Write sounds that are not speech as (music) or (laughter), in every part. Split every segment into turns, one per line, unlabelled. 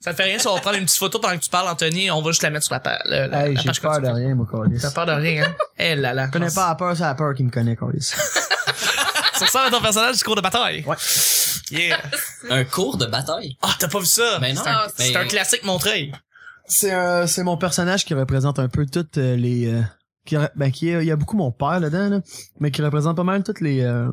Ça te fait rien si on prend une petite photo pendant que tu parles, Anthony. On va juste la mettre sur la, pa- la, la-
Hey,
la
j'ai
page
peur de
commune.
rien, moi, Carlis.
T'as
Je
peur de rien,
(laughs)
hein? Eh là là.
connais pas la peur, c'est la peur qui me
(laughs)
connaît, Carlis.
Ça ressemble à ton personnage du cours de bataille.
Ouais.
Yeah.
Un cours de bataille?
Ah, t'as pas vu ça?
Ben non.
C'est un,
Ben-
c'est un classique Montreuil.
C'est un- c'est mon personnage qui représente un peu toutes euh, les euh, qui re- ben qui est- il y a beaucoup mon père là-dedans là, mais qui représente pas mal toutes les euh,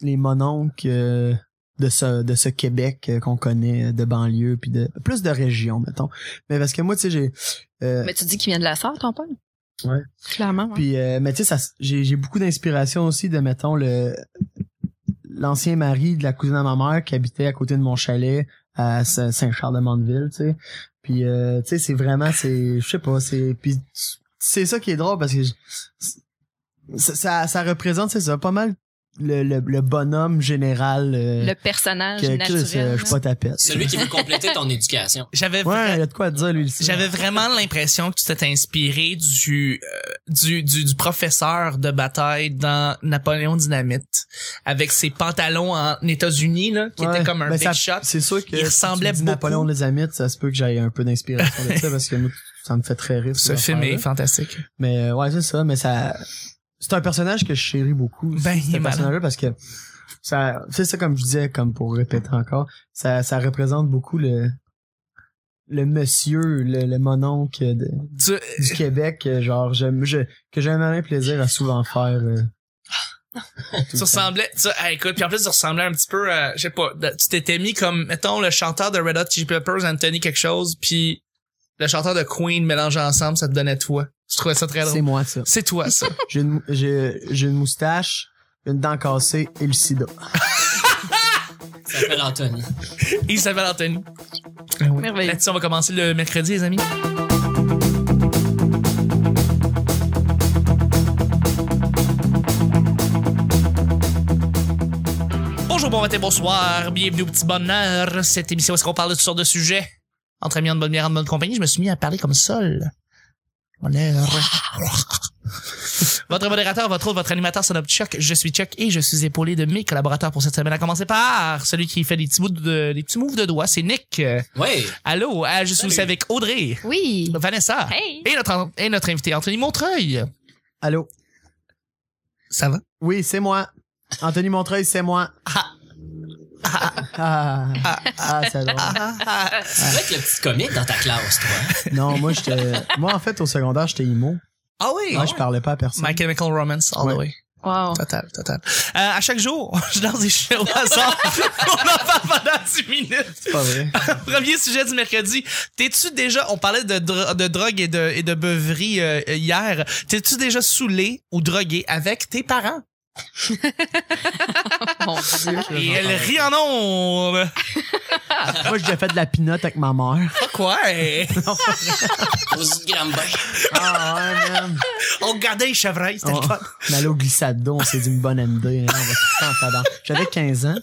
les mononcles euh, de ce de ce Québec euh, qu'on connaît euh, de banlieue puis de plus de région mettons. Mais parce que moi tu sais j'ai euh,
Mais tu dis qu'il vient de la sœur, ton père?
Ouais.
Clairement, ouais.
puis euh, mais tu sais ça s- j'ai j'ai beaucoup d'inspiration aussi de mettons le l'ancien mari de la cousine à ma mère qui habitait à côté de mon chalet à Sa- Saint-Charles-de-Mandeville, tu sais. Puis euh, tu sais c'est vraiment c'est je sais pas, c'est puis c'est ça qui est drôle parce que je- ça, ça ça représente c'est ça pas mal le, le, le bonhomme général euh,
Le personnage
que Chris, euh,
naturel.
je suis pas ta peste.
Celui qui veut compléter ton éducation.
J'avais
Ouais,
vra-
il y a de quoi dire lui. aussi.
J'avais vraiment l'impression que tu t'es inspiré du, euh, du, du, du professeur de bataille dans Napoléon Dynamite avec ses pantalons en États-Unis, là, qui
Ouais,
était comme un
ben
big
ça-
shot.
C'est sûr que
Il
si
ressemblait
tu dis
beaucoup.
Napoléon des Amis, ça se peut que j'aille un peu d'inspiration de ça parce que moi, ça me fait très rire.
Ce
ces
film est
affaires-là.
fantastique.
Mais euh, ouais, c'est ça, mais ça c'est un personnage que je chéris beaucoup.
Ben, il
ce
est malade.
personnage-là parce que ça c'est ça comme je disais comme pour répéter encore, ça ça représente beaucoup le le monsieur, le, le mononcle de-
Tu-
du Québec, euh, genre j'aime je que j'aime un plaisir à souvent faire
(laughs)
euh, tout
Tu
le temps.
ressemblais, tu, ah, écoute, puis en plus, tu ressemblais un petit peu à, je sais pas, de- tu t'étais mis comme, mettons, le chanteur de Red Hot Chili Peppers, Anthony quelque chose, puis le chanteur de Queen mélangé ensemble, ça te donnait toi. Je trouvais ça très
C'est
drôle.
moi ça.
C'est toi, ça.
J'ai une, j'ai, j'ai une moustache, une dent cassée et le sida.
Ça s'appelle Anthony.
Il s'appelle Anthony.
Merveilleux.
Là-dessus, on va commencer le mercredi, les amis. Bonjour, bon matin, bonsoir, bienvenue au petit bonheur. Cette émission, où est-ce qu'on parle de toutes sortes de sujets? Entre amis, en bonne bière, en bonne compagnie, je me suis mis à parler comme seul. Bonheur. Votre modérateur, votre autre, votre animateur, son nom Chuck. Je suis Chuck et je suis épaulé de mes collaborateurs pour cette semaine. À commencer par celui qui fait des petits, bouts de, des petits moves de doigts, c'est Nick. Euh,
Ouais.
Allô, ah, je suis
Salut.
aussi avec Audrey,
Oui.
Vanessa
Hey.
et notre et notre invité Anthony Montreuil.
Allô?
Ça va
Oui, c'est moi. Anthony Montreuil, c'est moi. Ah, ah, c'est drôle.
ah,
Tu dois être le petit comique dans ta classe, toi.
Non, moi, j'étais, moi, en fait, au secondaire, j'étais immo.
Ah oui.
Moi, je parlais pas à personne.
My Chemical Romance all the way.
Wow.
Total, total. Euh, à chaque jour, (laughs) je lance des sujets au hasard. (laughs) On en parle pendant 10 minutes.
C'est pas vrai.
Premier sujet du mercredi. T'es-tu déjà, on parlait de, dro- de drogue et de, et de beuverie euh, hier. T'es-tu déjà saoulé ou drogué avec tes parents? (laughs)
Mon Dieu.
Et elle rit en ondes.
Moi, j'ai déjà fait de la pinotte avec ma mère.
Pourquoi?
Aux grandes bains.
Ah, ouais, man.
on regardait les chevreuils, c'était
On,
le fun.
on allait au glissade d'eau, on s'est dit une bonne MD, hein, on va tout le temps en tabarnak. J'avais 15 ans.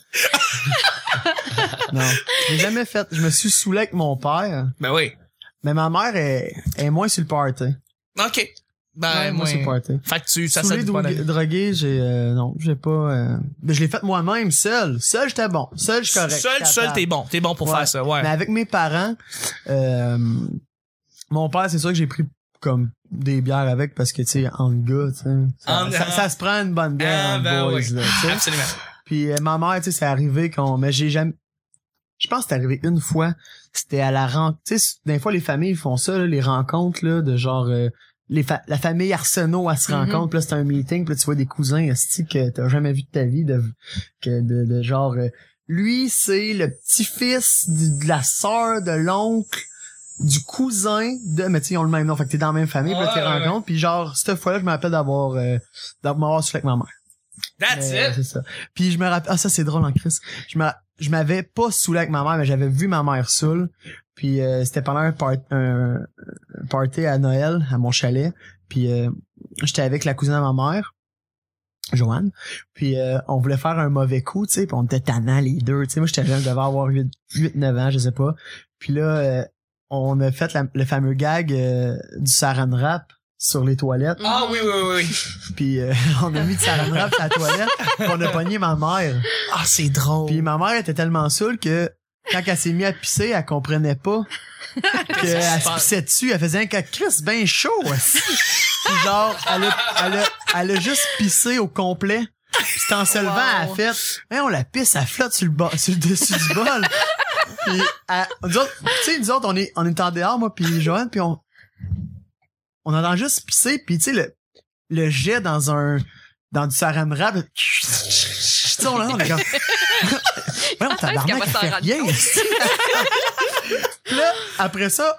Non, j'ai jamais fait. Je me suis saoulé avec mon père.
Ben oui.
Mais ma mère est, est moins sur le party.
OK. Ben,
Ouais, moi,
moi,
c'est le party.
Fait que tu, ça, ça
Saoulé,
dit pas la-
drogué, drogué, j'ai... euh, non, j'ai pas... euh, ben, je l'ai fait moi-même, seul. Seul, j'étais bon. Seul, je suis correct.
Seul, seul,
Capable.
t'es bon. T'es bon pour
Ouais.
faire ça, ouais.
Mais avec mes parents, euh, mon père, c'est sûr que j'ai pris comme des bières avec parce que, tu sais, en gars, tu sais, ça,
En-
ça- ça se prend une bonne bière
Ah,
en
ben
boys,
oui.
là, tu sais.
Absolument.
Puis euh, ma mère, tu sais, c'est arrivé qu'on... Mais j'ai jamais... Je pense que c'est arrivé une fois. C'était à la rencontre... Tu sais, des fois, les familles font ça, là, les rencontres, là, de genre... euh, les fa- la famille Arsenault, elle se
Mm-hmm.
Mhm.
rencontre, puis là, c'est un meeting, puis là, tu vois des cousins, esti, que t'as jamais vu de ta vie, de, que de, de genre... euh, lui, c'est le petit-fils du- de la sœur, de l'oncle, du cousin de... Mais tu sais, ils ont le même nom, fait que t'es dans la même famille, puis là,
Ouais,
tu
ouais, ouais.
rencontres, puis genre, cette fois-là, je m'appelle d'avoir... euh, d'avoir su avec ma mère.
That's
Mais, euh,
it.
C'est ça. Puis je me rappelle, ah ça c'est drôle en Chris. Je m'a- je m'avais pas saoulé avec ma mère, mais j'avais vu ma mère saoule. Puis euh, c'était pendant un, par- un- un party à Noël à mon chalet. Puis euh, j'étais avec la cousine à ma mère, Joanne. Puis euh, on voulait faire un mauvais coup, tu sais, puis on était tannants les deux. Tu sais, moi j'étais jeune, je devais avoir 8, 9 ans, je sais pas. Puis là, euh, on a fait la- le fameux gag euh, du saran wrap sur les toilettes.
Ah oui, oui, oui, oui.
Puis euh, (laughs) on a mis du saran wrap sur la toilette. Puis on a pogné ma mère.
Ah, c'est drôle.
Puis ma mère était tellement saoule que quand elle s'est mise à pisser, elle comprenait pas qu'elle se
passe?
pissait dessus. Elle faisait un caca Chris ben chaud. aussi. Puis genre, elle a, elle, a, elle a juste pissé au complet. Puis c'est en se levant,
Wow.
elle a fait hey, « on la pisse, elle flotte sur le, bas, sur le dessus du bol. » Puis, elle- nous autres, tu sais, nous autres, on est, on est en dehors, moi puis Joanne, puis on, on entend juste pisser, puis tu sais, le, le jet dans un, dans du saran wrap, (laughs) le- tu sais, on, on est
(laughs)
comme... Ouais, on
qu'elle
tabarnak,
va
elle
s'en
fait
rendre
rien. (laughs) Puis là, après ça,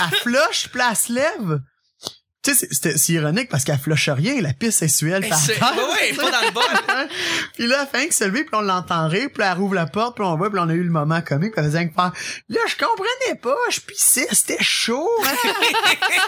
elle flush, puis là, elle se lève. Tu sais, c'est- c'était- c'est ironique parce qu'elle flush rien, la piste sexuelle par
C'est-
terre.
Ouais, ouais, pas
(laughs)
dans le bol.
Puis là, elle fait que se lever, puis on l'entend rire, puis elle rouvre la porte, puis on voit, puis on a eu le moment comique, puis elle faisait que faire Là, je comprenais pas, je pissais, c'était
(laughs)
chaud.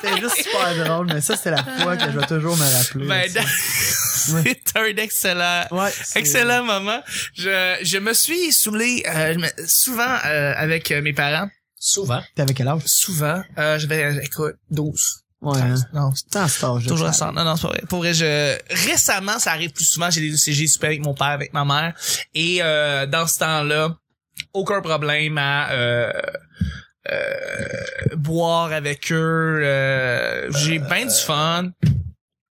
c'était juste super drôle, mais ça, c'était la fois que je vais toujours me rappeler.
Ben,
Ça.
(laughs) c'est un excellent
Ouais, c'est-
Excellent moment. Je, je me suis saoulé euh, je me- souvent euh, avec euh, mes parents.
Souvent.
T'avais quel âge?
Souvent. Euh, je vais, écoute, 12.
Ouais. hein.
13. Non,
C'était en stage. là,
toujours
ça.
à cent. Non, non, c'est pas vrai. Pour vrai, je... Récemment, ça arrive plus souvent. J'ai des UCG super avec mon père, avec ma mère. Et euh, dans ce temps-là, aucun problème à... euh, euh, boire avec eux. euh, j'ai bien du fun.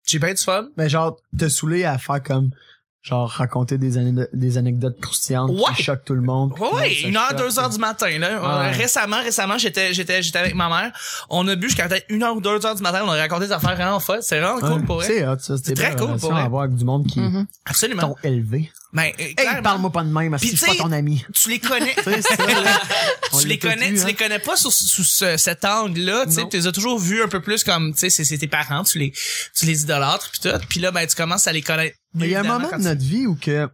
J'ai bien du fun.
Mais genre, te saouler à faire comme, genre, raconter des, ane- des anecdotes croustillantes
Ouais.
qui choquent tout le monde.
Ouais, ouais, une heure, deux heures
du
du matin, là.
Ouais.
Euh, Récemment, récemment, j'étais, j'étais, j'étais avec ma mère. On a bu jusqu'à peut-être une heure ou deux heures du matin. On a raconté des affaires vraiment folles. C'est vraiment cool pour elle.
C'est hot, ça.
C'est
C'était
très
bien,
cool
relation
pour
à
elle.
avoir avec du monde qui
Mhm.
Absolument.
t'ont élevé.
Ben, euh,
Hey,
clairement,
parle-moi pas de même, parce que
Puis
je suis pas
tu sais-
ton ami.
tu les connais.
Tu sais, ça, là, on
tu les
l'était
connais,
plus,
tu
hein.
les connais pas sous, sous ce- cet angle-là, tu sais,
Non.
tu les as toujours vus un peu plus comme, tu sais, c'est c'est tes parents, tu les, tu les idolâtres pis tout, pis là, ben, tu commences à les connaître.
Mais il y a un
évidemment,
moment
quand
de
tu-
notre vie où que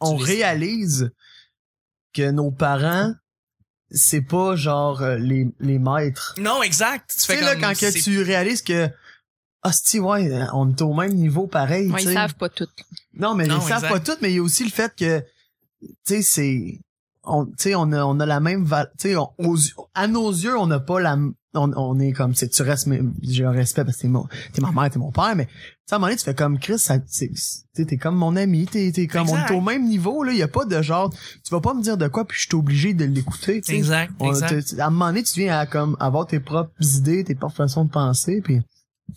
on
les-
réalise que nos parents, c'est pas genre euh, les, les maîtres.
Non, exact. Tu
Tu
fais
sais,
comme,
là, quand que
c'est-
tu réalises que, hostie, ouais, euh, on est au même niveau pareil.
Ouais,
tu
ils
sais.
savent pas tout.
Non, mais
Non,
ils savent
exact.
pas tout, mais il y a aussi le fait que, tu sais, c'est, on, tu sais, on a, on a la même, val- tu sais, on- aux yeux- à nos yeux, on n'a pas la, m- on, on est comme, c'est, tu restes, mais j'ai un respect parce que t'es mon, t'es ma mère, t'es mon père, mais, tu sais, à un moment donné, tu fais comme Chris, ça, c'est- tu sais, t'es comme mon ami, t'es, t'es comme,
Exact.
on est au même niveau, là, il y a pas de genre, tu vas pas me dire de quoi, puis je suis obligé de l'écouter, tu sais.
Exact,
On-
exact.
tu- tu- à un moment donné, tu viens à comme avoir tes propres idées, tes propres façons de penser, puis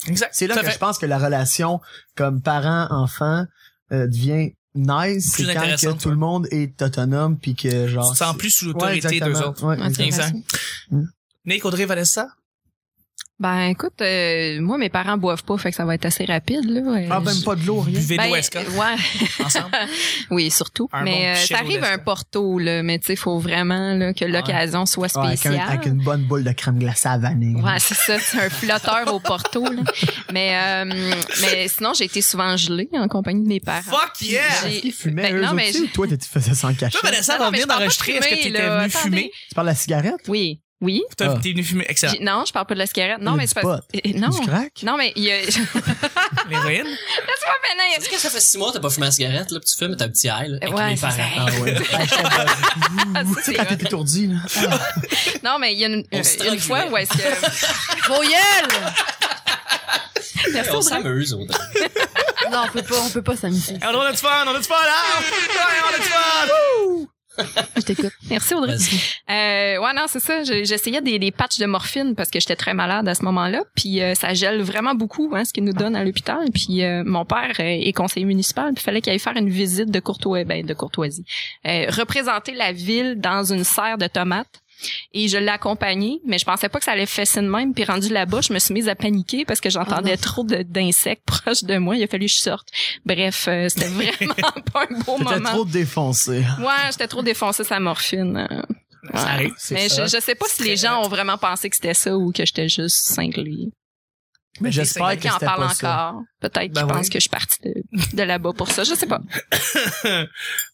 exact.
c'est là
Tout à
que
fait.
je pense que la relation comme parent-enfant euh, devient nice.
Plus
C'est quand que
intéressante,
tout
ouais.
le monde est autonome puis que genre.
Tu te sens plus sous l'autorité
exactement.
d'eux autres.
Ouais,
Ouais,
exact.
Exact.
Mm.
Nick, Audrey, Vanessa?
Ben écoute, euh, moi mes parents boivent pas, fait que ça va être assez rapide là. Euh,
Ah, même
je-
pas de l'eau, rien.
Buvez de
Ben,
l'Ouest, hein,
ouais,
ensemble.
oui, surtout.
Un bon
mais euh,
petit
ça
shit au
arrive
Wesca.
un porto là, mais tu sais, faut vraiment là, que l'occasion soit
Ouais, Ah, avec, un-
spéciale.
avec une bonne boule de crème glacée à vanille.
Ouais, c'est ça, c'est un flotteur au porto là. Mais euh, mais sinon, j'ai été souvent gelée en compagnie de mes parents.
Fuck yeah!
J'ai-
Est-ce qu'ils fumaient
Ben,
eux
non,
autres
mais
aussi,
je-
ou toi, tu te faisais sans cacher?
Toi, Vanessa,
Non, non,
va
mais
venir
je parle pas de
d'enregistrer. Est-ce que
fumer,
t'étais
là,
venu
attendez.
fumer?
Tu parles de la cigarette?
Oui, oui.
T'as-
Ah.
T'es venu fumer. Excellent.
J'ai- Non, je parle pas de la cigarette. Non,
Du
mais c'est pas.
pot.
(laughs) Eh, Non.
Du
(laughs)
crack?
Non, mais il y a. C'est
L'héroïne?
pas pénible.
Est-ce que ça fait six mois que t'as pas fumé la cigarette, là, puis tu fumes, t'as un petit ail, là, avec
Ouais,
mes
c'est ça.
parents. Ah
(laughs)
ouais.
tu sais, quand t'es étourdi, là. Ah,
Non, mais il y a une,
On
euh,
se
une fois
strangulait.
où est-ce que.
(laughs)
Voyelle!
Ouais, on s'amuse, Audrey.
Non, on peut pas, on peut pas s'amuser.
Hey, On a du fun, on a du fun, là! Ouais, On a du fun!
Je t'écoute.
Merci Audrey.
Vas-y.
Euh, ouais, non, c'est ça. J'ai- J'essayais des, des patchs de morphine parce que j'étais très malade à ce moment-là. Puis euh, ça gèle vraiment beaucoup, hein, ce qu'ils nous donnent à l'hôpital. Puis euh, mon père euh, est conseiller municipal. Puis il fallait qu'il aille faire une visite de courtoisie. Ben, de courtoisie. Euh, représenter la ville dans une serre de tomates. Et je l'ai accompagné, mais je pensais pas que ça allait fesser de même. Puis rendu là-bas, je me suis mise à paniquer parce que j'entendais trop de- d'insectes (laughs) proches de moi. Il a fallu que je sorte. Bref, euh, c'était vraiment pas un beau
T'étais
moment.
trop défoncé.
Ouais, j'étais trop défoncée sa morphine. euh. Ouais.
Ça arrive.
C'est
Mais
ça.
je, je sais pas si les gens ont vraiment pensé que c'était ça ou que j'étais juste cinglée.
Mais j'espère que
Quelqu'un en
c'était
parle
pas ça.
encore. Peut-être
Ben
qu'ils
oui.
pensent que je suis partie de, de là-bas pour ça. Je sais pas.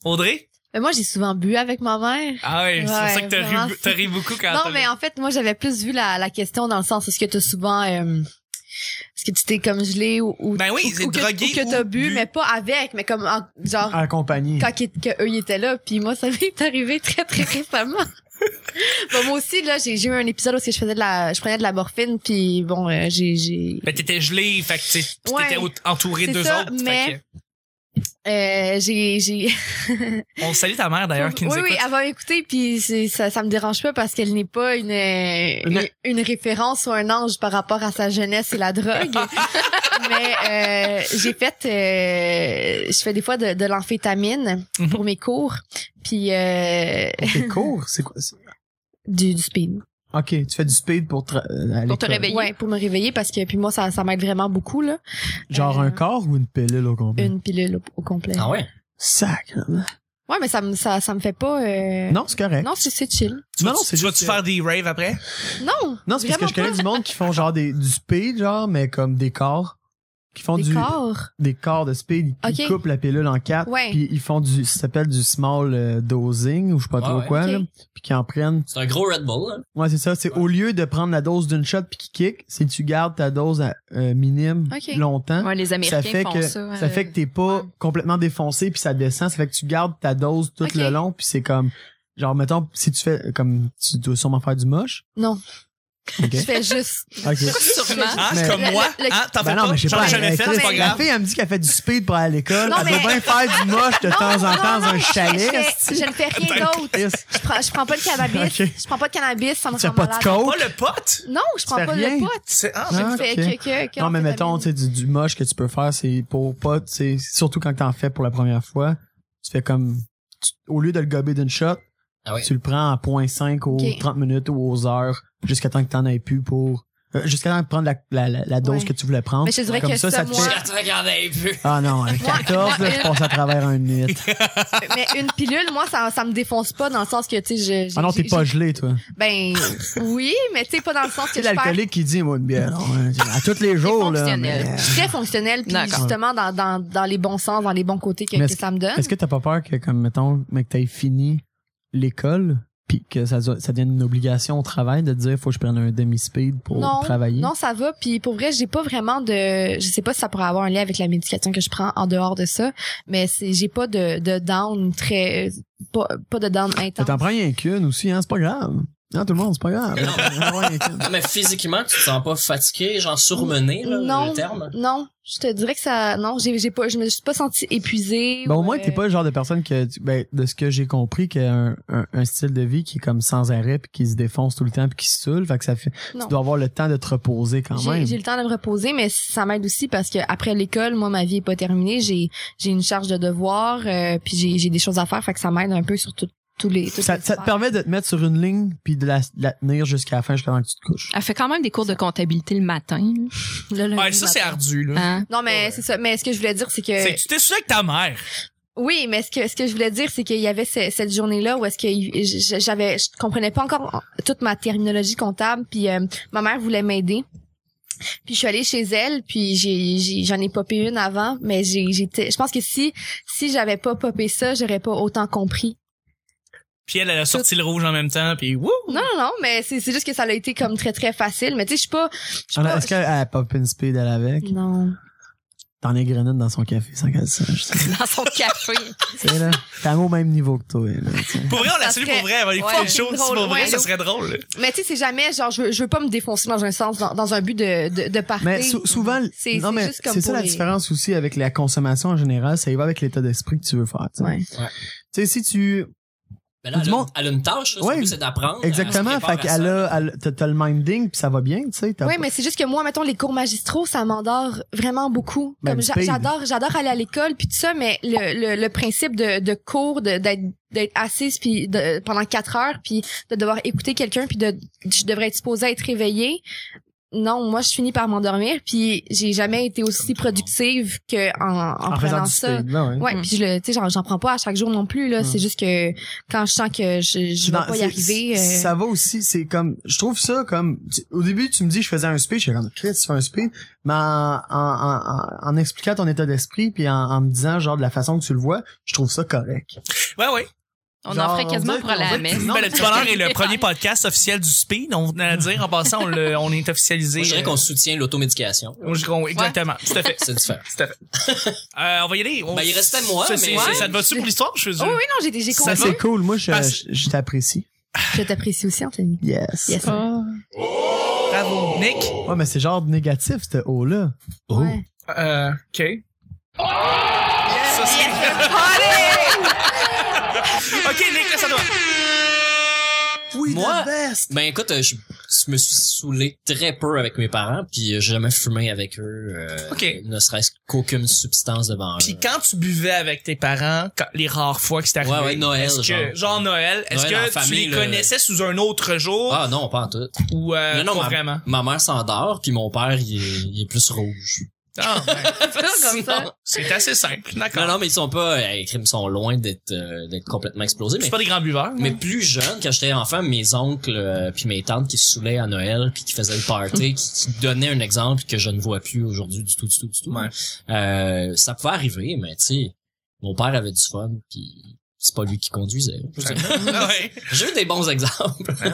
Audrey?
Mais Ben, moi, j'ai souvent bu avec ma mère.
Ah ouais, c'est pour
Ouais,
ça que t'as
vraiment,
ri, t'as ri beaucoup quand
Non,
t'as-
mais en fait, moi, j'avais plus vu la, la question dans le sens, est-ce que t'as souvent, euh, est-ce que tu t'es comme gelé ou, ou,
Ben oui,
ou, ou que,
drogué
ou que t'as
ou
bu,
bu.
mais pas avec, mais comme, en- genre,
En compagnie.
quand qu'ils- que eux ils étaient là puis moi ça (laughs) m'est arrivé très très (laughs) récemment bon, moi aussi là j'ai j'ai eu un épisode où est-ce que je faisais de la je prenais de la morphine puis bon euh, j'ai j'ai
Ben, t'étais gelé, fait que t'sais, pis
Ouais.
t'étais au- entouré
C'est
d'eux
ça,
autres. fait
mais- Euh, j'ai, j'ai.
On salue ta mère d'ailleurs qui nous
oui,
écoute.
oui, avant écouter, puis c'est- ça, ça me dérange pas parce qu'elle n'est pas une, euh, une
Une-
une référence ou un ange par rapport à sa jeunesse et la drogue. Mais euh, j'ai fait, euh, je fais des fois de, de l'amphétamine
Mhm.
pour mes cours, puis euh,
T'es court, c'est quoi? c'est-
du, du speed.
Ok, tu fais du speed pour te, euh, à
Pour te
l'école.
réveiller.
Ouais, pour me réveiller parce que puis moi ça, ça m'aide vraiment beaucoup là.
Genre
Euh,
un corps ou une pilule au
Mhm.
complet?
Une pilule au, au complet.
Ah ouais?
Sac.
Ouais, mais ça me ça, ça me fait pas. euh,
Non, c'est correct.
Non, c'est- c'est chill.
Tu
Non,
vas-
non, c'est
tu vas-tu
juste-
faire des raves après?
Non.
Non, c'est parce que je connais du monde qui font genre des, du speed, genre, mais comme des corps. Qui font
Des
du,
corps.
des corps de speed. Ils
Ok.
coupent la pilule en quatre.
Ouais.
Puis ils font du, ça s'appelle du small euh, dosing, ou je sais pas
Ouais,
trop
ouais.
quoi,
Ok.
là. Puis qu'ils en prennent.
C'est un gros Red Bull, là.
Ouais, c'est ça. C'est au lieu de prendre la dose d'une shot puis qui kick, c'est que tu gardes ta dose à, euh, minime
Ok.
longtemps.
Ouais, les Américains
ça fait
font
que
ça.
hein,
euh,
fait que t'es pas
ouais.
complètement défoncé puis ça descend ça fait que tu gardes ta dose tout
Ok.
le long puis c'est comme genre mettons si tu fais comme tu dois sûrement faire du
(laughs)
moche
Non.
ok
Je fais juste.
Ok.
(laughs) Sûrement.
Hein,
Ah, Mais-
comme
Le-
moi?
le- le-
Hein, t'en fais
Ben non,
pas?
mais j'ai
J'en
pas
ai jamais
elle-
fait,
elle-
c'est pas
mais-
la
grave.
fille elle me dit qu'elle fait du speed pour aller à l'école
Non,
elle doit
mais-
bien faire du moche de temps en temps dans un
Ah, Je,
chalet
fais- je ne fais rien d'autre.
Yes.
Je prends, je prends pas de cannabis.
Ok.
Je prends pas de cannabis, ça me
tu fais
rend
pas de
malade.
Pas
coke
le pote?
Non, je prends
fais
pas
rien.
le pot.
C'est, ah,
Je
Ah,
fais
ok.
que, que, que
non mais mettons tu
amphétamine.
sais du, du moche que tu peux faire c'est pour pas tu sais surtout quand t'en fais pour la première fois tu fais comme tu- au lieu de le gober d'une shot
Ah ouais.
tu le prends à 0.5 ou
Ok.
30 minutes ou aux heures jusqu'à temps que t'en aies plus pour euh, jusqu'à temps de prendre la, la, la, la dose
Ouais.
que tu voulais prendre
Mais je te dirais
comme
que
ça
ça,
ça te
moi-
fait
Je te regardais plus.
ah non
(laughs)
un 14 là, je passe à travers un 8
Mais une pilule, moi, ça, ça me défonce pas dans le sens que, tu sais, je.
ah non
j'ai-
t'es pas gelé toi
j'ai- Ben, oui, mais tu sais, pas dans le sens que
c'est
je perds
l'alcoolique qui dit moi de bien hein, à tous les jours là
fonctionnel.
mais-
Je suis très fonctionnelle, puis
D'accord.
justement dans, dans, dans les bons sens, dans les bons côtés que,
Mais
que
est-ce-
ça me donne.
est-ce que t'as pas peur que comme mettons mais que t'aies fini l'école puis que ça, so- ça devienne une obligation au travail de te dire faut que je prenne un demi speed pour
Non,
travailler
Non, ça va. Puis pour vrai, j'ai pas vraiment de. Je sais pas si ça pourrait avoir un lien avec la médication que je prends en dehors de ça, mais c'est j'ai pas de, de down très pas, pas de down
Mais
intense.
t'en prends rien qu'une aussi hein c'est pas grave non tout le monde c'est pas grave
Non, mais-
T'en prends rien
(laughs)
qu'une.
Non, Ah, mais physiquement, tu te sens pas fatigué, genre surmené, là,
Non.
le terme.
Non, je te dirais que ça. Non, j'ai j'ai pas. Je me suis pas sentie épuisée.
Ben, au
ou,
moins, t'es
euh,
pas le genre de personne que, tu- ben, de ce que j'ai compris, qui a un, un- un style de vie qui est comme sans arrêt, puis qui se défonce tout le temps, puis qui se saoule. Fait que ça fait,
Non.
tu dois avoir le temps de te reposer quand
J'ai
même.
j'ai le temps de me reposer, mais ça m'aide aussi parce que après l'école, moi, ma vie est pas terminée. J'ai j'ai une charge de devoirs, euh, puis j'ai j'ai des choses à faire, fait que ça m'aide un peu sur tout- tous les. toutes
Ça,
les
ça te
sphères.
permet de te mettre sur une ligne, puis de la, de la tenir jusqu'à la fin, jusqu'à temps que tu te couches.
Elle fait quand même des cours de comptabilité le matin.
Hum.
Le lundi
Ouais, ça, c'est
matin.
ardu, là.
Hein?
Non, mais c'est ça. Mais ce que je voulais dire, c'est que.
C'est que tu t'es saoulé avec ta mère.
Oui, mais ce que ce que je voulais dire, c'est qu'il y avait ce- cette journée-là où est-ce que il- j- j'avais, je comprenais pas encore toute ma terminologie comptable, puis euh, ma mère voulait m'aider. Puis je suis allée chez elle, puis j'ai- j'ai- j'en ai popé une avant, mais j'ai, j'étais, je pense que si si j'avais pas popé ça, j'aurais pas autant compris.
Puis elle, elle a sorti le rouge en même temps, puis wouh!
Non, non, non, mais c'est c'est juste que ça a été comme très très facile. Mais tu sais, je suis pas, je Mm. suis
Ah non,
pas-
Est-ce qu'elle a pop une speed, elle, avec?
non.
T'en es grenade dans son café sans qu'elle le sache. tu
(laughs) Dans son café.
sais, là. (laughs) T'es au même niveau que toi, là, tu
(laughs)
sais.
Pour vrai, on l'a
Ça
salué
serait-
pour vrai. Elle va lui
Ouais,
faire des
c'est
choses. Si
drôle,
pour vrai,
ouais.
ça serait drôle. là.
Mais tu sais, c'est jamais genre je veux, je veux pas me défoncer dans un sens, dans, dans un but de de, de partir.
Mais sou- souvent,
C'est-
non,
c'est
mais
juste comme
c'est ça
pour
la
les-
différence aussi avec la consommation en général, ça y va avec l'état d'esprit que tu veux faire. tu sais.
Ouais.
Ouais.
Tu sais, si tu
Mais là,
Du
elle a,
monde-
elle a une tâche, là, son
Ouais,
but, c'est d'apprendre.
Exactement.
Elle se prépare
Fait
à ça.
qu'elle a, elle- t'as, t'as le minding puis ça va bien, tu sais. t'as
Oui,
pas-
mais c'est juste que moi, mettons, les cours magistraux, ça m'endort vraiment beaucoup.
Ben,
Comme
le
j'a-
speed.
j'adore, j'adore aller à l'école puis tout ça, mais le, le, le principe de, de cours, de- d'être d'être assise puis de- pendant quatre heures puis de devoir écouter quelqu'un puis de je devrais être supposée être réveillée. Non, moi je finis par m'endormir puis j'ai jamais été
tout le
aussi
monde.
productive que en, en,
en faisant
prenant
du
ça.
speed, ben ouais.
Ouais,
Mm.
puis je le tu sais j'en j'en prends pas à chaque jour non plus là,
Mm.
c'est juste que quand je sens que je je vais
Dans-
pas y
c'est-
arriver
c'est-
euh,
Ça va aussi, c'est comme, je trouve ça comme, tu- au début, tu me dis, je faisais un speed, je suis comme, Chris, tu fais un speed, mais en, en, en, en- en expliquant ton état d'esprit puis en, en me disant, genre, de la façon que tu le vois, je trouve ça correct.
Ouais, ouais.
On
Genre,
en ferait
on
quasiment
dirait
pour aller à
qu'on
la
dirait que
messe.
Non,
Ben,
mais-
le petit bonheur est
(laughs)
le premier podcast officiel du speed. On venait à le dire. En passant, on, le- on est officialisé.
Moi, je dirais
euh,
qu'on soutient l'automédication.
euh, on- je- on- Exactement. Tout à fait.
C'est différent.
Tout à fait. (laughs) Euh, on va y aller. On-
Ben, il restait moi,
Ça, c'est-
mais-
c'est- Ça te va-tu pour l'histoire? Je suis
Oh oui, non, j'ai j'ai
Ça
Ça,
compris.
va?
c'est cool. Moi, je,
Parce-
je, je t'apprécie.
Je t'apprécie aussi Anthony.
Yes.
Oh,
Yes.
Bravo. Nick?
Ouais, mais c'est genre négatif, ce haut-là.
Ouais.
Euh, OK. ça. c'est-
Allez!
(laughs) Ok, Nick, laisse à toi.
Oui,
Moi-
the best.
Ben écoute, euh, je, je me suis saoulé très peu avec mes parents, puis euh, j'ai jamais fumé avec eux, euh,
Ok.
ne serait-ce qu'aucune substance devant
Puis
eux.
quand tu buvais avec tes parents, quand- les rares fois que c'était arrivé,
Ouais, ouais, Noël,
est-ce que,
genre.
genre Noël, est-ce
Noël en
que
famille,
tu les
là.
connaissais sous un autre jour
Ah non, pas en tout.
ou euh,
non, non,
pas
ma,
vraiment?
ma mère s'endort, puis mon père, il est, il est plus rouge.
Ah, ben,
(laughs) comme ça.
Sinon-
c'est assez simple, d'accord.
Non, non, mais ils sont pas... euh, ils sont loin d'être euh, d'être complètement explosés, mais
C'est pas des grands buveurs.
Mais plus jeune, quand j'étais enfant, mes oncles euh, puis mes tantes qui se saoulaient à Noël puis qui faisaient le party, qui, qui donnaient un exemple que je ne vois plus aujourd'hui du tout, du tout, du tout.
Ouais.
Euh, ça pouvait arriver, mais tu sais, mon père avait du fun puis c'est pas lui qui conduisait.
Ah ouais.
(laughs) J'ai eu des bons exemples. (laughs)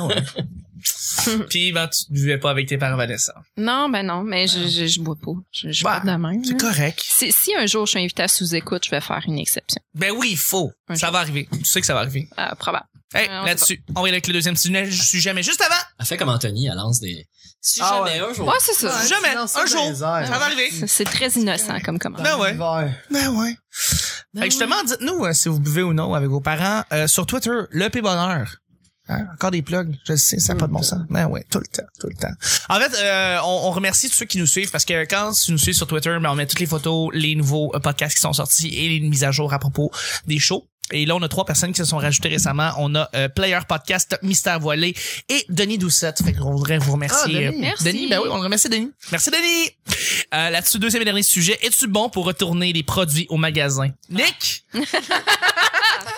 Ah ouais. Puis ben, tu buvais pas avec tes parents Vanessa.
Non, ben non, mais je, je, je bois pas. Je, je bois
Bah,
de la même. là.
correct.
Si, si un jour je suis invitée à sous-écoute, je vais faire une exception.
Ben oui, il faut.
Un
ça va arriver. Tu sais que ça va arriver.
Euh, probable.
Hey,
Ouais, on
là-dessus, on va y aller avec le deuxième sujet jamais juste avant.
Elle fait comme Anthony, elle lance des... Si
Ah
jamais un jour...
Ouais, c'est ça.
Ouais. Jamais.
Non, ça,
Un
dans
jour.
les airs.
Ça va arriver.
C'est- C'est très innocent comme comment.
Non. Ben ouais.
L'hiver.
Ben ouais. Fait que justement, dites-nous euh, si vous buvez ou non avec vos parents. Euh, sur Twitter, le P Bonheur. Hein, Encore des plugs, je le sais, ça n'a pas de bon sens. Ben ouais, tout le temps, tout le temps. En fait, euh, on, on remercie tous ceux qui nous suivent parce que quand tu nous suis sur Twitter, ben, on met toutes les photos, les nouveaux euh, podcasts qui sont sortis et les mises à jour à propos des shows. Et là, on a trois personnes qui se sont rajoutées récemment. On a euh, Player Podcast, Mystère Voilé et Denis Doucette. Fait qu'on voudrait vous remercier.
Ah, Denis.
Euh,
Merci.
Denis, ben oui, on le remercie, Denis. Merci, Denis. Euh, Là-dessus, deuxième et dernier sujet. Es-tu bon pour retourner les produits au magasin? Nick!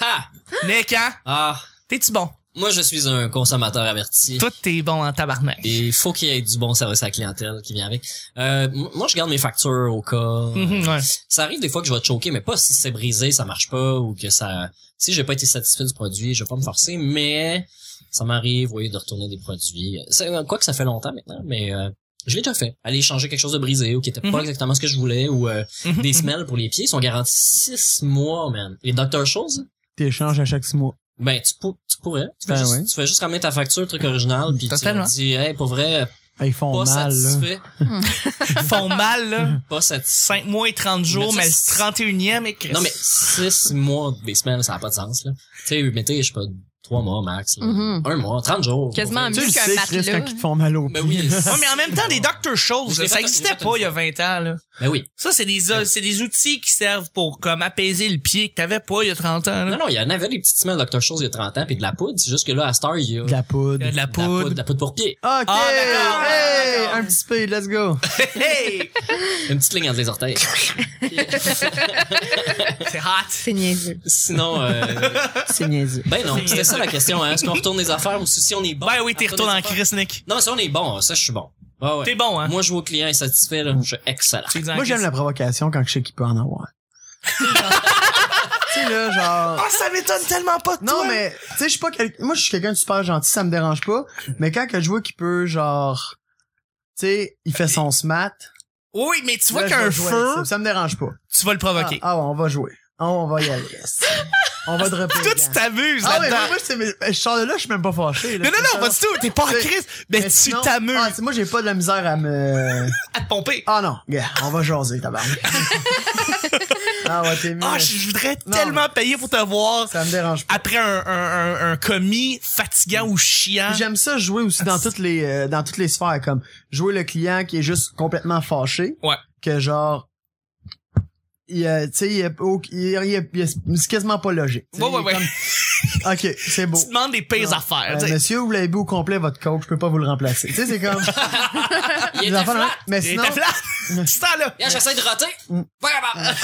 Ah!
Nick, hein?
Ah!
T'es-tu bon?
Moi, je suis un consommateur averti.
Toi, t'es bon en tabarnak.
Et il faut qu'il y ait du bon service à la clientèle qui vient avec. Euh, m- moi, je garde mes factures au cas.
Mhm, ouais.
ça arrive des fois que je vais te choquer, mais pas si c'est brisé, ça marche pas, ou que ça, si j'ai pas été satisfait du produit, je vais pas me forcer, mais ça m'arrive, vous voyez, de retourner des produits. C'est- euh, Quoi que ça fait longtemps maintenant, mais euh, je l'ai déjà fait. Aller changer quelque chose de brisé, ou qui était pas
Mhm.
exactement ce que je voulais, ou euh,
Mhm.
des semelles pour les pieds, sont garantis six mois, man. Les Dr. Chose,
T'échanges à chaque six mois.
ben, tu, pour- tu pourrais. Tu fais,
Ben
juste,
ouais.
tu fais juste ramener ta facture, truc original, puis tu
Totalement.
leur dis, hey, pour vrai,
Ah, Ils font
pas
mal, là.
satisfait,
Ils font mal, là.
pas satisfait.
5 mois et 30 jours,
Mhm. Mais
mais le
c'est-
31e est Chris.
Non, mais six mois, des semaines, ça n'a pas de sens, là. Tu sais, mettez, je sais pas, trois mois max. là.
Mhm.
Un mois, 30 jours.
Quasiment
Tu
mieux
le
qu'un
sais, Chris,
matelas.
quand ils te font mal au
Ben
pied.
oui.
là.
Ouais, mais en Mm-hmm. même temps, des Dr.
Je
Shows,
l'ai
ça
fait- je
existait
l'ai fait
pas
une
il y a 20 ans, là.
Ben oui.
Ça, c'est des, o- c'est des outils qui servent pour, comme, apaiser le pied que t'avais pas il y a 30 ans,
(laughs) Non,
là.
non, il y en avait des petites semaines Dr. Chose il y a 30 ans, puis de la poudre. C'est juste que là, à Star, il y a
De la poudre.
Il y a de la
de la poudre,
poudre.
de la poudre pour pied.
Ok,
Ah, d'accord,
hey,
d'accord.
un petit speed,
(laughs)
let's go.
Hey!
Une petite ligne entre les orteils.
C'est hot.
C'est niaiseux.
Sinon, euh,
C'est niaiseux.
ben non, c'était ça la question. Hein. Est-ce qu'on retourne les affaires ou si si on est bon?
Ben oui,
on
t'es
retourne
retourné
les
en
affaires?
Chris, Nick.
Non, mais si on est bon, ça, je suis bon. Ah ouais.
T'es bon, hein?
Moi, je vois au client insatisfait, là. Je suis excellent.
Tu dis en
Moi, j'aime
Chris.
la provocation quand je sais qu'il peut
(laughs)
en avoir. tu sais, là, genre...
Ah, ça m'étonne tellement pas de
Non,
toi.
mais, tu sais, je suis pas quel- moi, je suis quelqu'un de super gentil, ça me dérange pas. Mais quand que je vois qu'il peut, genre, tu sais, il fait son smat.
Oui, mais tu vois
là, je
qu'un
vais jouer avec
feu,
Ça, ça me dérange pas.
tu vas le provoquer.
Ah, ah ouais, on va jouer. Ah, on va y aller. Yes. on va dropper.
(laughs) Toi,
le
tu
gant.
t'amuses
Ah, mais
là-dedans.
moi, c'est mes- je sors de là, je suis même pas fâché. là.
non, non, non, pas du tout. T'es pas en
Mais-
crise. Mais,
Mais
tu
sinon-
t'amuses
Ah, c'est- moi, j'ai pas de la misère à me...
à te pomper.
Ah non, gars, on va
(laughs)
jaser, tabarnak. ah ouais, t'es mieux.
Ah, je je voudrais
Non,
tellement payer pour te voir
Ça me dérange pas.
après un, un, un, un commis fatigant ou chiant.
Puis J'aime ça jouer aussi dans toutes les euh, dans toutes les sphères comme jouer le client qui est juste complètement fâché.
Ouais.
Que genre il euh, tu sais il est au- il est- il est- il est- c'est quasiment pas logique. Tu sais,
Ouais, ouais,
il est comme, OK,
(laughs)
c'est beau.
Tu demandes des pires
Non.
affaires.
Euh,
tu sais.
monsieur, vous l'avez bu au complet votre coach, je peux pas vous le remplacer. Tu sais c'est
(laughs)
comme
Il
les
était
enfants,
flat.
hein. mais
Et
sinon
t'es flat. Tu te sens (laughs) là.
Regarde, j'essaie de rater.
Mm.
Pas capable.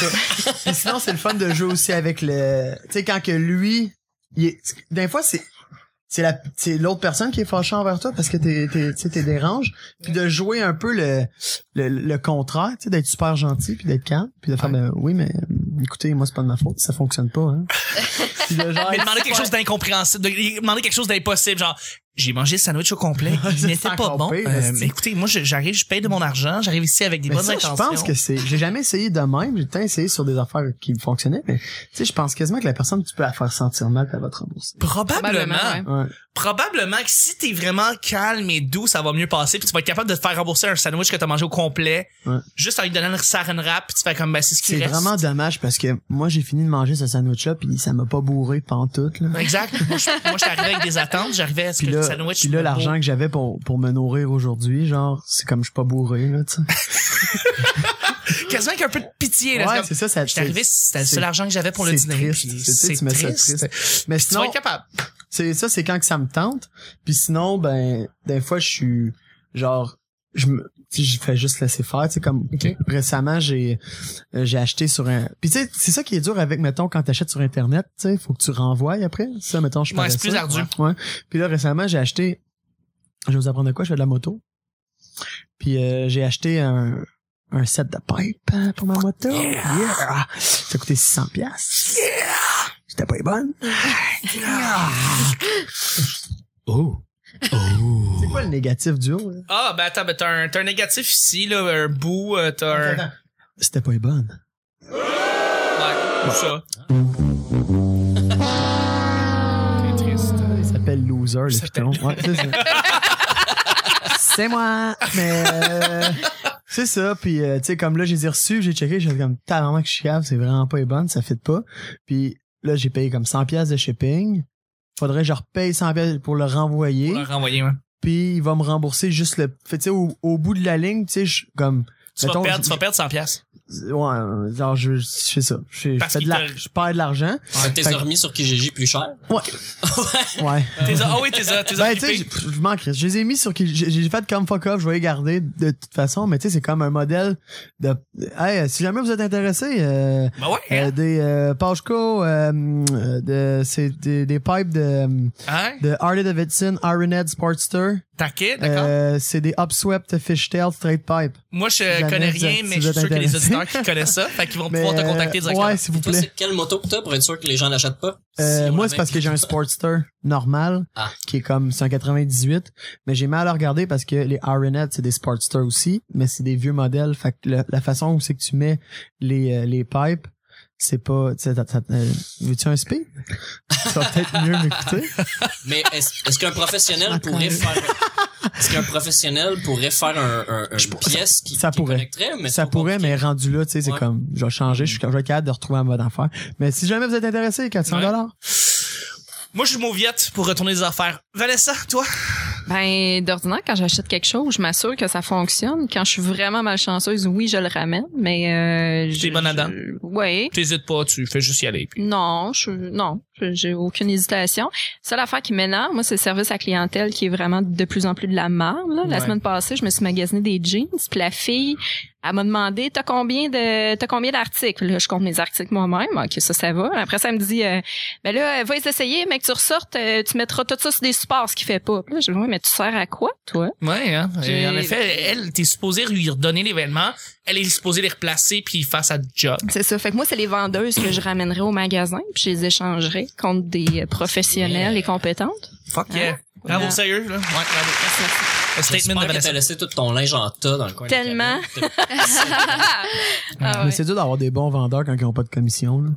Puis sinon, c'est le fun de jouer aussi avec le. Tu sais, quand que lui, il est. D'un fois, c'est. C'est la, c'est l'autre personne qui est fâchée envers toi parce que t'es, t'es, tu sais, t'es dérange. Puis de jouer un peu le, le, le contraire, tu sais, d'être super gentil puis d'être calme. Puis de faire, ben, oui, mais, euh, écoutez, moi, c'est pas de ma faute. Ça fonctionne pas, hein. puis de genre,
Mais demander quelque chose d'incompréhensible. de- Demander quelque chose d'impossible. Genre, j'ai mangé le sandwich au complet. Il
C'est
n'était pas
encore
bon.
pire,
Euh,
c'est-
mais écoutez, moi, je- j'arrive, je paye de mon argent, j'arrive ici avec des
Mais
bonnes
ça, je
intentions.
pense que c'est. J'ai jamais essayé de même. J'ai tant essayé sur des affaires qui fonctionnaient, mais tu sais, je pense quasiment que la personne, tu peux la faire sentir mal, puis elle va te rembourser.
Probablement.
Probablement, ouais.
Ouais.
Probablement que si t'es vraiment calme et doux, ça va mieux passer, puis tu vas être capable de te faire rembourser un sandwich que t'as mangé au complet,
Ouais.
juste en lui donnant le saran wrap, puis tu fais comme, ben, c'est ce qui
C'est
reste.
vraiment dommage parce que moi, j'ai fini de manger ce sandwich-là, puis ça m'a pas bourré pantoute, là.
(laughs) Exact. moi, je, moi, j'étais arrivé avec des attentes, j'arrivais à ce
Puis
que le
là,
sandwich.
puis là, l'argent que j'avais pour, pour me nourrir aujourd'hui, genre, c'est comme je suis pas bourré, là, tu sais.
Quasiment qu'un peu de pitié, là. c'est
Ouais,
comme-
c'est ça, ça
J'étais arrivé, c'était le
c'est-
seul argent que j'avais pour le
c'est
dîner.
triste.
puis
Tu sais,
C'est
tu mets ça
triste.
Mais
Tu vas
sinon,
être capable.
c'est ça, c'est quand que ça me tente. Puis sinon, ben, des fois, je suis, genre, je me, tu sais, je fais juste laisser faire, tu sais, comme,
Ok.
récemment, j'ai, euh, j'ai acheté sur un, puis tu sais, c'est ça qui est dur avec, mettons, quand t'achètes sur Internet, tu sais, faut que tu renvoies après. Ça, mettons, je suis
Ouais, c'est
paresseux.
plus ardu.
Ouais. Puis là, récemment, j'ai acheté, je vais vous apprendre de quoi, je fais de la moto. Puis euh, j'ai acheté un, un set de pipe hein, pour ma moto. Yeah! Ça a coûté 600 pièces. C'était pas les bonnes.
Oh. Oh.
C'est quoi le négatif du haut? là?
Ah, ben attends, ben t'as un, t'as un négatif ici, là, un bout, euh, t'as un... Ouais,
C'était pas les bonnes.
tout ça. Très triste.
Il s'appelle Loser, le
Ça
piton. Ouais,
(laughs)
c'est ça. C'est moi! Mais euh, c'est ça. Puis, euh, tu sais, comme là, j'ai reçu, j'ai checké, j'ai fait comme, tellement que je suis cave, c'est vraiment pas les bonnes, ça fit pas. Puis là, j'ai payé comme 100 pièces de shipping. Faudrait que je repaye 100 pièces pour le renvoyer.
Pour le renvoyer, hein. ouais.
puis il va me rembourser juste le fait tu sais au, au bout de la ligne tu sais je comme
Tu vas
Mettons,
perdre,
je-
tu vas perdre 100
(laughs)
piastres.
ouais euh, genre je, je fais ça je, fais- je
Parce
fais de
qu'il
l'ar-
te-
je perds de l'argent
T'es
Fait que-
remis sur Kijiji plus cher.
ouais
(laughs) T'es- Ah oui, t'es ça, t'es
ben tu sais
occupé.
je je m'en crisse. je les ai mis sur qui j'ai j'ai fait comme fuck up je vais les garder de toute façon mais tu sais c'est comme un modèle de hey euh, si jamais vous êtes intéressé euh,
Ben ouais,
euh,
hein?
des euh, Pajco euh, de c'est des, des pipes de euh,
Hein?
de Harley Davidson Ironhead Sportster
T'inquiète, d'accord.
euh, c'est des upswept fishtail straight pipe
Moi, je
jamais
connais
vous
rien,
êtes-
mais
vous
je suis
êtes
sûr qu'il y a des
intéressé.
auditeurs qui connaissent ça, fait qu'ils vont
Mais,
pouvoir te contacter
euh,
directement.
Ouais, s'il vous
Toi,
plaît.
c'est quelle moto que t'as pour être sûr que les gens l'achètent pas?
Euh,
Si ben, on
moi,
l'a
c'est
même.
parce que j'ai un Sportster normal,
Ah.
qui est comme 198, mais j'ai mal à le regarder parce que les Aronettes, c'est des Sportster aussi, mais c'est des vieux modèles. Fait que le- la façon où c'est que tu mets les, euh, les pipes, c'est pas... tu sais, t'as- t'as- euh, Veux-tu un
(laughs)
speed? Ça va peut-être mieux m'écouter.
(laughs) Mais est-ce est-ce qu'un professionnel pourrait faire est-ce qu'un professionnel pourrait faire un, un- une pièce qui,
ça
qui
pourrait.
connecterait, (laughs) mais
Ça
c'est
pourrait,
compliqué.
mais rendu là, tu sais, c'est
Ouais.
comme... Je vais changer, je suis je vais être capable de retrouver un mode affaire. Mais si jamais vous êtes intéressé, 400
Ouais.
dollars.
Moi, je suis mauviette pour retourner les affaires. Vanessa, toi?
Ben, d'ordinaire, quand j'achète quelque chose, je m'assure que ça fonctionne. Quand je suis vraiment malchanceuse, oui, je le ramène, mais... Euh,
T'es
je-
bonne à dents.
je- Ouais.
T'hésites pas, tu fais juste y aller. puis-
Non, je, non, je- j'ai aucune hésitation. Seule affaire qui m'énerve, moi, c'est le service à clientèle qui est vraiment de plus en plus de la merde. là. La
Ouais.
semaine passée, je me suis magasiné des jeans, puis la fille, elle m'a demandé, t'as combien de, t'as combien d'articles Là, je compte mes articles moi-même. Ok, ça, ça va. Après, ça elle me dit, euh, ben là, va les essayer, mais que tu ressortes, euh, tu mettras tout ça sur des supports, ce qui fait pas. Puis Là, je dis, ouais, mais tu sers à quoi, toi
Ouais, hein. Et
J'ai-
en effet, elle, t'es supposé lui redonner l'événement, elle est supposée les replacer puis faire sa job.
C'est ça. Fait que moi, c'est les vendeuses que je ramènerais au magasin, puis je les échangerais contre des euh, professionnels et compétentes.
Fuck yeah. Bravo,
Ouais.
sérieux, là. Ouais, bravo. Le statement de
J'espère que
Vanessa.
t'as laissé tout ton linge en tas dans le coin. de la
Tellement.
cabine.
(laughs)
(laughs)
Ah
Mais
ouais.
c'est dur d'avoir des bons vendeurs quand ils ont pas de commission. Là.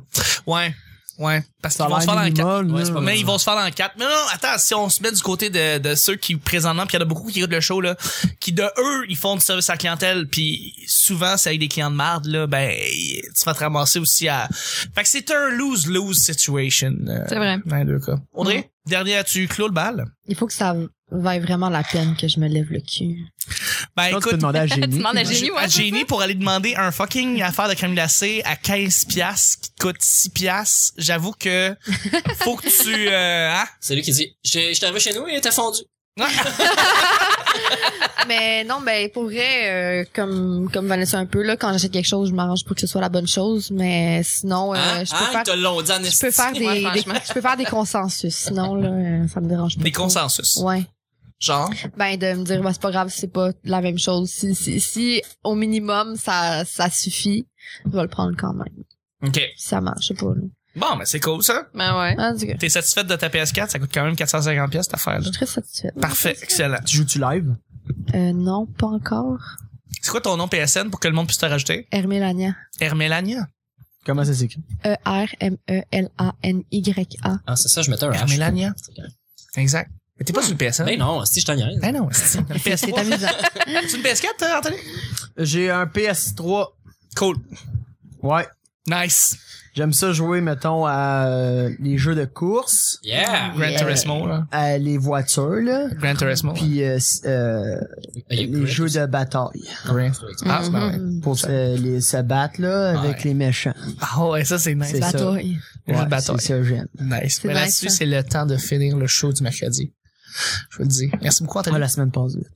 Ouais. Ouais. Parce qu'ils
Ça
vont
a
se faire en
l'air
quatre.
molle,
Ouais,
là.
c'est pas
Mm-hmm.
mal.
Mais ils vont se faire en quatre. Mais non, non, attends, si on se met du côté de, de ceux qui présentement, puis il y en a beaucoup qui écoutent le show là, qui de eux, ils font du service à la clientèle, puis souvent c'est avec des clients de marde là, ben tu vas te ramasser aussi à. Fait que c'est un lose lose situation. euh,
C'est vrai. Mm-hmm.
Dans les deux cas. Audrey, dernier, tu clôt le bal.
Il faut que ça vaille vraiment la peine que je me lève le cul.
Ben
Sinon, tu peux
écoute.
demander à
Tu
Génie.
demandes à Génie, ouais.
À Génie pour aller demander un fucking affaire de crème glacée à 15 piastres qui te coûte 6 piastres. J'avoue que faut que tu... euh,
(laughs)
hein?
C'est lui qui dit, je je suis arrivé chez nous et il était fondu.
Mais non, ben pour vrai, euh, comme comme Vanessa un peu là, quand j'achète quelque chose, je m'arrange pour que ce soit la bonne chose, mais sinon euh,
Hein?
je peux
Ah, ils
faire
te l'ont dit en
je peux
esti.
faire des,
Ouais,
des-
franchement.
je peux faire des consensus. Sinon là, euh, ça me dérange pas.
Des
trop.
consensus.
Ouais.
Genre?
Ben de me dire bah c'est pas grave, c'est pas la même chose. Si si si au minimum ça ça suffit, je vais le prendre quand même.
OK.
Ça marche je sais pas. là.
Bon, ben c'est cool ça.
Ben ouais.
Ah, du coup.
T'es satisfaite de ta PS4? Ça coûte quand même 450 pièces cette affaire
Je
là.
suis très
Mmh.
satisfaite.
Parfait, excellent.
Tu joues-tu live?
Euh, non, pas encore.
C'est quoi ton nom PSN pour que le monde puisse te rajouter?
Hermélania.
Hermélania.
Comment ça s'écrit?
E
E-R-M-E-L-A-N-Y-A.
Ah, c'est ça, je mettais un H.
Hermélania.
C'est correct.
Exact. Mais t'es pas sur le PSN?
Ben non, si je t'en niaise.
Hein?
Ben non, c'est une
C'est
PS3.
amusant.
(laughs) C'est une PS4, toi, hein, Anthony?
J'ai un PS3.
Cool.
Ouais.
Nice.
J'aime ça jouer, mettons, à euh, les jeux de course,
Yeah!
Gran
Yeah.
Turismo, là.
à les voitures, là.
Gran Turismo.
Puis euh, c- euh,
Il y a eu
les
Grip
jeux
aussi.
de bataille.
Gran- Ah,
Mhm.
ben ouais.
Pour se, les, se battre, là, avec
Ouais.
les méchants.
Ah ouais, ça c'est nice.
C'est ça.
Bataille.
Le jeu de
Ouais,
bataille.
C'est ça, j'aime.
Nice.
C'est
Mais
nice,
là-dessus,
ça.
c'est le temps de finir le show du mercredi. Je vous le dis. Merci beaucoup, Anthony.
Ah, la semaine passe vite.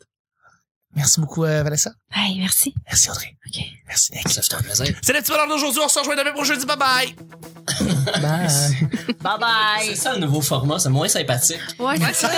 Merci beaucoup, euh, Vanessa.
Hey, merci.
Merci, Audrey.
Ok.
Merci, Nick.
Ça fait un plaisir.
C'est le petit bonheur d'aujourd'hui. On se rejoint demain pour jeudi. Bye bye.
Bye.
C'est ça le nouveau format, c'est moins sympathique.
Ouais, c'est ça.